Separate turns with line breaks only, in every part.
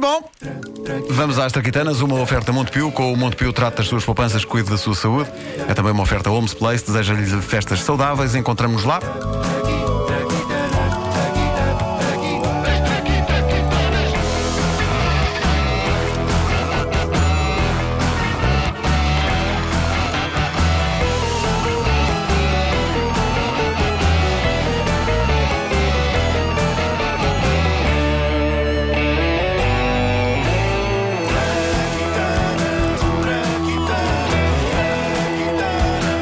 bom, vamos às traquitanas. Uma oferta Montepio. Com o Montepio trata das suas poupanças, cuida da sua saúde. É também uma oferta Homes Place. Deseja-lhe festas saudáveis. Encontramos lá.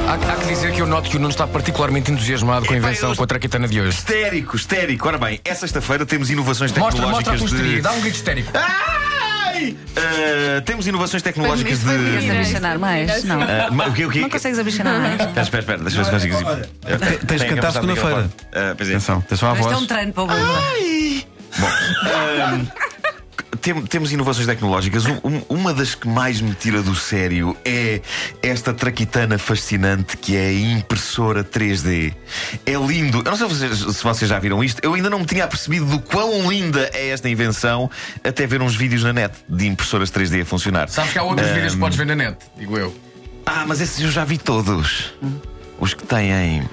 Há, há que dizer que eu noto que o Nuno está particularmente entusiasmado com a
Epá,
invenção,
eu-
com a traquitana de hoje.
Histérico, histérico. Ora bem, é sexta-feira temos inovações
Mostra,
tecnológicas
mostra a
de.
posteria, dá um grito histérico.
Ai! Ah, temos inovações tecnológicas de.
Consegues abrichanar mais? Não.
Ah, ma- o quê, o quê?
Não consegues abrichanar
é?
mais?
Espera, espera, espera, deixa eu ver se consigo. é Eu-
tens
tenho
de cantar
afastar o
segunda-feira.
microfone. Ah, pois é.
Atenção, atenção à
Mas é um
voz.
treino para o Bruno.
Tem- temos inovações tecnológicas. Um- um- uma das que mais me tira do sério é esta traquitana fascinante que é a impressora 3D. É lindo. Eu não sei se vocês, se vocês já viram isto. Eu ainda não me tinha apercebido do quão linda é esta invenção até ver uns vídeos na net de impressoras 3D a funcionar.
Sabes que é há outros vídeos que podes ver na net, digo eu.
Ah, mas esses eu já vi todos. Os que têm.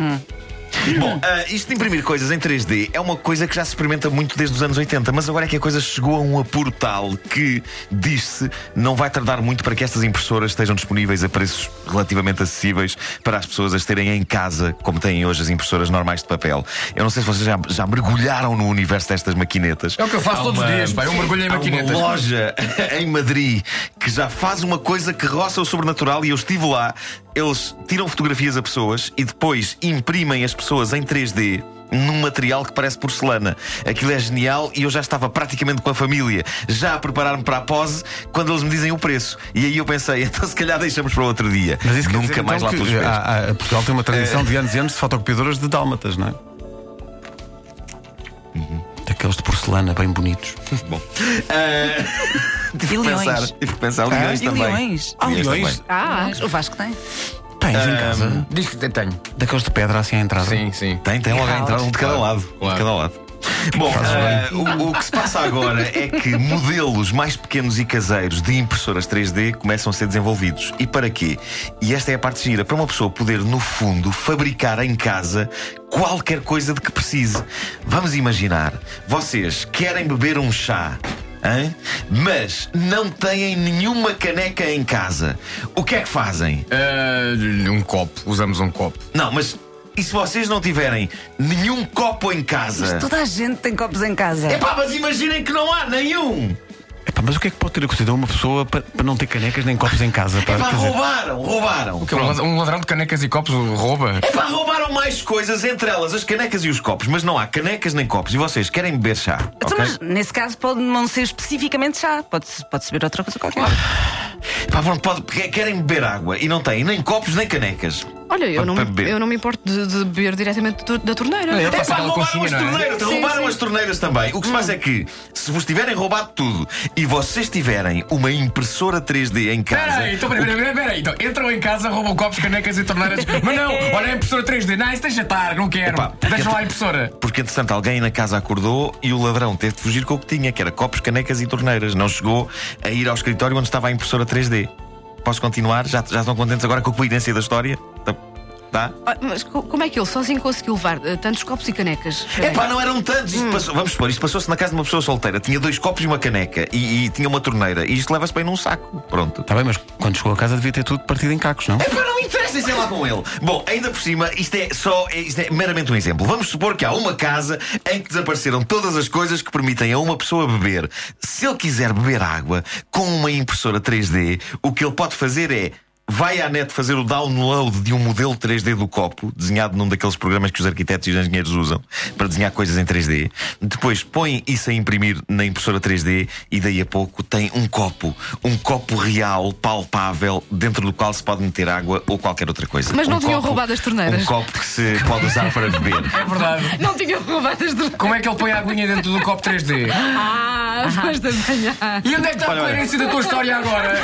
Bom, ah, isto de imprimir coisas em 3D é uma coisa que já se experimenta muito desde os anos 80, mas agora é que a coisa chegou a um apuro tal que, diz-se, não vai tardar muito para que estas impressoras estejam disponíveis a preços relativamente acessíveis para as pessoas as terem em casa, como têm hoje as impressoras normais de papel. Eu não sei se vocês já, já mergulharam no universo destas maquinetas.
É o que eu faço
Há
todos os
uma-
dias, pá, eu mergulho em
há uma
maquinetas.
loja em Madrid que já faz uma coisa que roça o sobrenatural e eu estive lá. Eles tiram fotografias a pessoas e depois imprimem as pessoas em 3D. Num material que parece porcelana. Aquilo é genial e eu já estava praticamente com a família, já a preparar-me para a pose, quando eles me dizem o preço. E aí eu pensei, então se calhar deixamos para outro dia.
Mas isso quer
Nunca
dizer,
mais
então,
lá pelos
que,
pés.
ah, ah, Portugal tem uma tradição de anos e anos de fotocopiadoras de dálmatas, não é?
Uhum.
Daqueles de porcelana bem bonitos.
Bom. Ah, tive,
E
que
leões?
pensar, tive que pensar. Leões
E
também.
leões?
Há
Leões
Ah, leões?
Ah, o Vasco tem.
Tens em casa?
Diz que te- tenho.
Daqueles de pedra assim à entrada?
Sim, sim.
Tem, tem logo a
Errado.
entrar um de cada lado. Um
Claro.
de cada lado. Bom, ah, o, o que se passa agora é que modelos mais pequenos e caseiros de impressoras 3D começam a ser desenvolvidos. E para quê? E esta é a parte gira, para uma pessoa poder, no fundo, fabricar em casa qualquer coisa de que precise. Vamos imaginar, vocês querem beber um chá. Hein? Mas não têm nenhuma caneca em casa. O que é que fazem?
Ah, um copo, usamos um copo.
Não, mas e se vocês não tiverem nenhum copo em casa?
Mas toda a gente tem copos em casa.
Epá, É mas imaginem que não há nenhum!
Epá, mas o que é que pode ter acontecido a uma pessoa pa- para, não ter canecas nem copos em casa? pá?
Epá,
Quer dizer,
É roubaram, roubaram!
Que é um lad- Um ladrão de canecas e copos rouba.
Epá, roubaram mais coisas, entre elas as canecas e os copos, mas não há canecas nem copos. E vocês querem beber chá?
Então,
ok?
mas nesse caso pode não ser especificamente chá. Pode-se pode beber outra coisa qualquer.
Epá, pronto, pode- que- querem beber água e não têm nem copos nem canecas.
Olha, eu
Para-
não,
para
me-
beber.
eu não me importo de, de beber diretamente do- da torneira.
É,
Epá,
Faça aquela
roubaram as
conchinha, não é?
torneiras,
Sim,
roubaram
sim. Hum.
as torneiras também. O que se passa é que, se vos tiverem roubado tudo e vocês tiverem uma impressora 3D em casa.
Peraí, então, peraí, peraí, peraí. Então, entram em casa, roubam copos, canecas e torneiras. Mas não, olha a impressora 3D. Não, isso deixa estar, não quero.
Epá, porque-
Deixa lá a impressora.
Porque, entretanto, alguém na casa acordou e o ladrão teve de fugir com o que tinha, que era copos, canecas e torneiras. Não chegou a ir ao escritório onde estava a impressora 3D. Posso continuar? Já, já estão contentes agora com a coerência da história? Tá? tá?
Ah, Mas co- como é que ele sozinho conseguiu levar eh, tantos copos e canecas?
Epá, não eram tantos. Isto passou- vamos supor, isto passou-se na casa de uma pessoa solteira. Tinha dois copos e uma caneca. E, e tinha uma torneira. E isto leva-se bem num saco. Pronto.
Está Tá bem, mas quando chegou a casa devia ter tudo partido em cacos, não?
Epá, É não interessa, sei lá com ele. Bom, ainda por cima, isto é só, é- isto é meramente um exemplo. Vamos supor que há uma casa em que desapareceram todas as coisas que permitem a uma pessoa beber. Se ele quiser beber água com uma impressora 3D, o que ele pode fazer é. Vai à net fazer o download de um modelo 3D do copo, desenhado num daqueles programas que os arquitetos e os engenheiros usam para desenhar coisas em 3D. Depois põe isso a imprimir na impressora 3D e daí a pouco tem um copo, um copo real, palpável, dentro do qual se pode meter água ou qualquer outra coisa.
Mas não
um
tinham
copo-
roubado as torneiras.
Um copo que se pode usar para beber.
É verdade.
Não tinha roubado as torneiras.
Como é que ele põe a aguinha dentro do copo 3D?
Ah, depois da manhã.
E onde é que está a
Olha, olha.
coerência da tua história agora?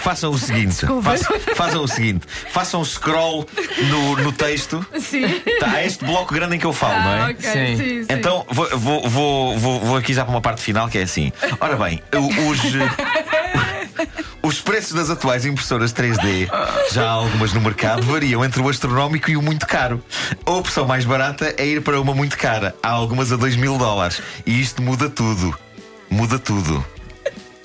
Façam o seguinte.
Desculpa.
façam- façam o seguinte: façam um scroll no, no texto.
Sim.
Tá, há este bloco grande em que eu falo, não é?
Ah, ok.
Sim.
Sim, sim.
Então vou, vou- vou- vou- vou aqui já para uma parte final que é assim. Ora bem, o- os. eh, Os preços das atuais impressoras 3D, já há algumas no mercado, variam entre o astronómico e o muito caro. A opção mais barata é ir para uma muito cara. Há algumas a 2 mil dólares. E isto muda tudo. Muda tudo.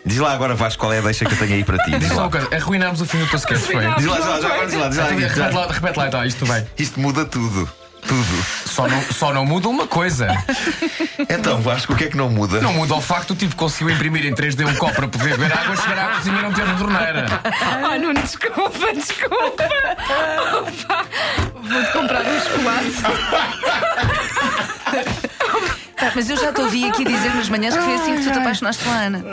Diz lá agora, Vasco, qual é a deixa que eu tenho aí para ti. Diz
Diz só
lá.
uma coisa, arruinámos o fim do teu sketch, foi?
Arruinámos.
Diz lá, diz lá, já agora diz lá, diz lá, diz
Repete
lá.
lá, repete lá então, isto bem.
Isto muda tudo. Tudo.
Só não, só não muda uma coisa.
Então, Vasco, o que é que não muda?
Não muda o facto do tipo que conseguiu imprimir em 3D um copo para poder beber água, chegar à cozinha e não ter torneira.
Ah, Nuno, desculpa, desculpa. Opa, Vou-te comprar um chocolate.
Tá, mas eu já te ouvi aqui dizer nas manhãs que foi assim que tu te apaixonaste pela Ana.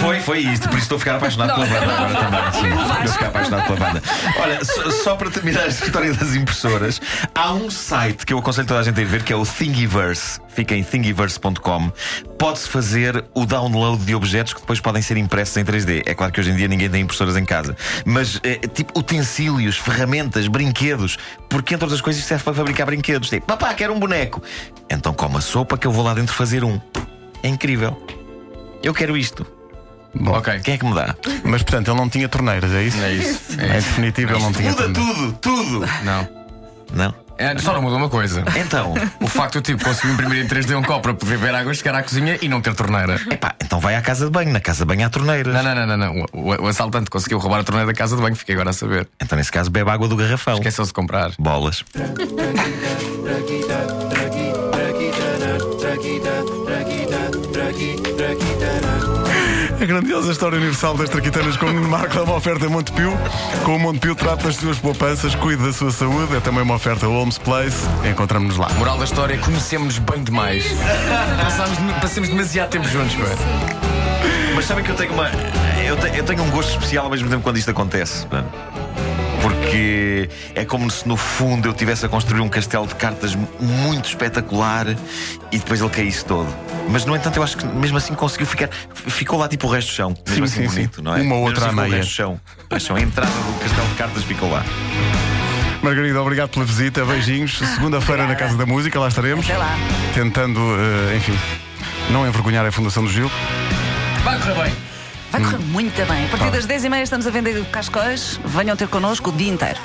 Foi, foi isto, por isso estou a ficar apaixonado pela banda agora também. Sim, estou a ficar apaixonado pela banda. Olha, só, só para terminar esta história das impressoras, há um site que eu aconselho toda a gente a ir ver que é o Thingiverse. Fica em thingiverse.com. Pode-se fazer o download de objetos que depois podem ser impressos em 3D. É claro que hoje em dia ninguém tem impressoras em casa, mas eh, tipo utensílios, ferramentas, brinquedos, porque entre outras coisas serve para fabricar brinquedos. Tipo, papá, quero um boneco. Então coma sopa que eu vou lá dentro fazer um. É incrível. Eu quero isto.
Ok.
Quem é que me dá?
Mas portanto, ele não tinha torneiras, é isso?
É isso.
Em
É isso.
definitivo, ele não tinha
Muda
torneiras.
tudo, tudo.
Não.
Não?
É, só não muda uma coisa.
Então,
O facto do tipo conseguiu imprimir em 3D um copo para poder beber água, chegar à cozinha e não ter torneira.
epá, então vai à casa de banho. Na casa de banho há torneiras.
Não, não, não, não. não. O, o- o assaltante conseguiu roubar a torneira da casa de banho, fiquei agora a saber.
Então, nesse caso, bebe água do garrafão.
Esqueceu-se de comprar.
Bolas.
A grandiosa história universal das traquitanas com o Nuno Marco é uma oferta Montepio. Com o Montepio trata das suas poupanças, cuide da sua saúde. É também uma oferta Holmes Place. Encontramos-nos lá.
Moral da história, conhecemos-nos bem demais. Passámos, passamos demasiado tempo juntos, pá.
Mas sabem que eu tenho uma. Eu, te- eu tenho um gosto especial ao mesmo tempo quando isto acontece. não é? Porque é como se no fundo eu tivesse a construir um castelo de cartas muito espetacular e depois ele caísse todo. Mas no entanto eu acho que mesmo assim conseguiu ficar. Ficou lá tipo o resto do chão. Mesmo
Sim,
assim
sim,
bonito,
sim.
não é?
Uma
Mesmo
outra
assim
à
ficou
meia.
O resto do chão. O resto do chão. A entrada do castelo de cartas ficou lá.
Margarida, obrigado pela visita. Beijinhos. Segunda-feira na Casa da Música, lá estaremos.
Até lá.
Tentando, eh, enfim, não envergonhar a Fundação do Gil.
Vai correr bem.
Hum. Tá. Vai correr muito bem. A partir das 10h30 estamos a vender cascóis. Venham ter connosco o dia inteiro.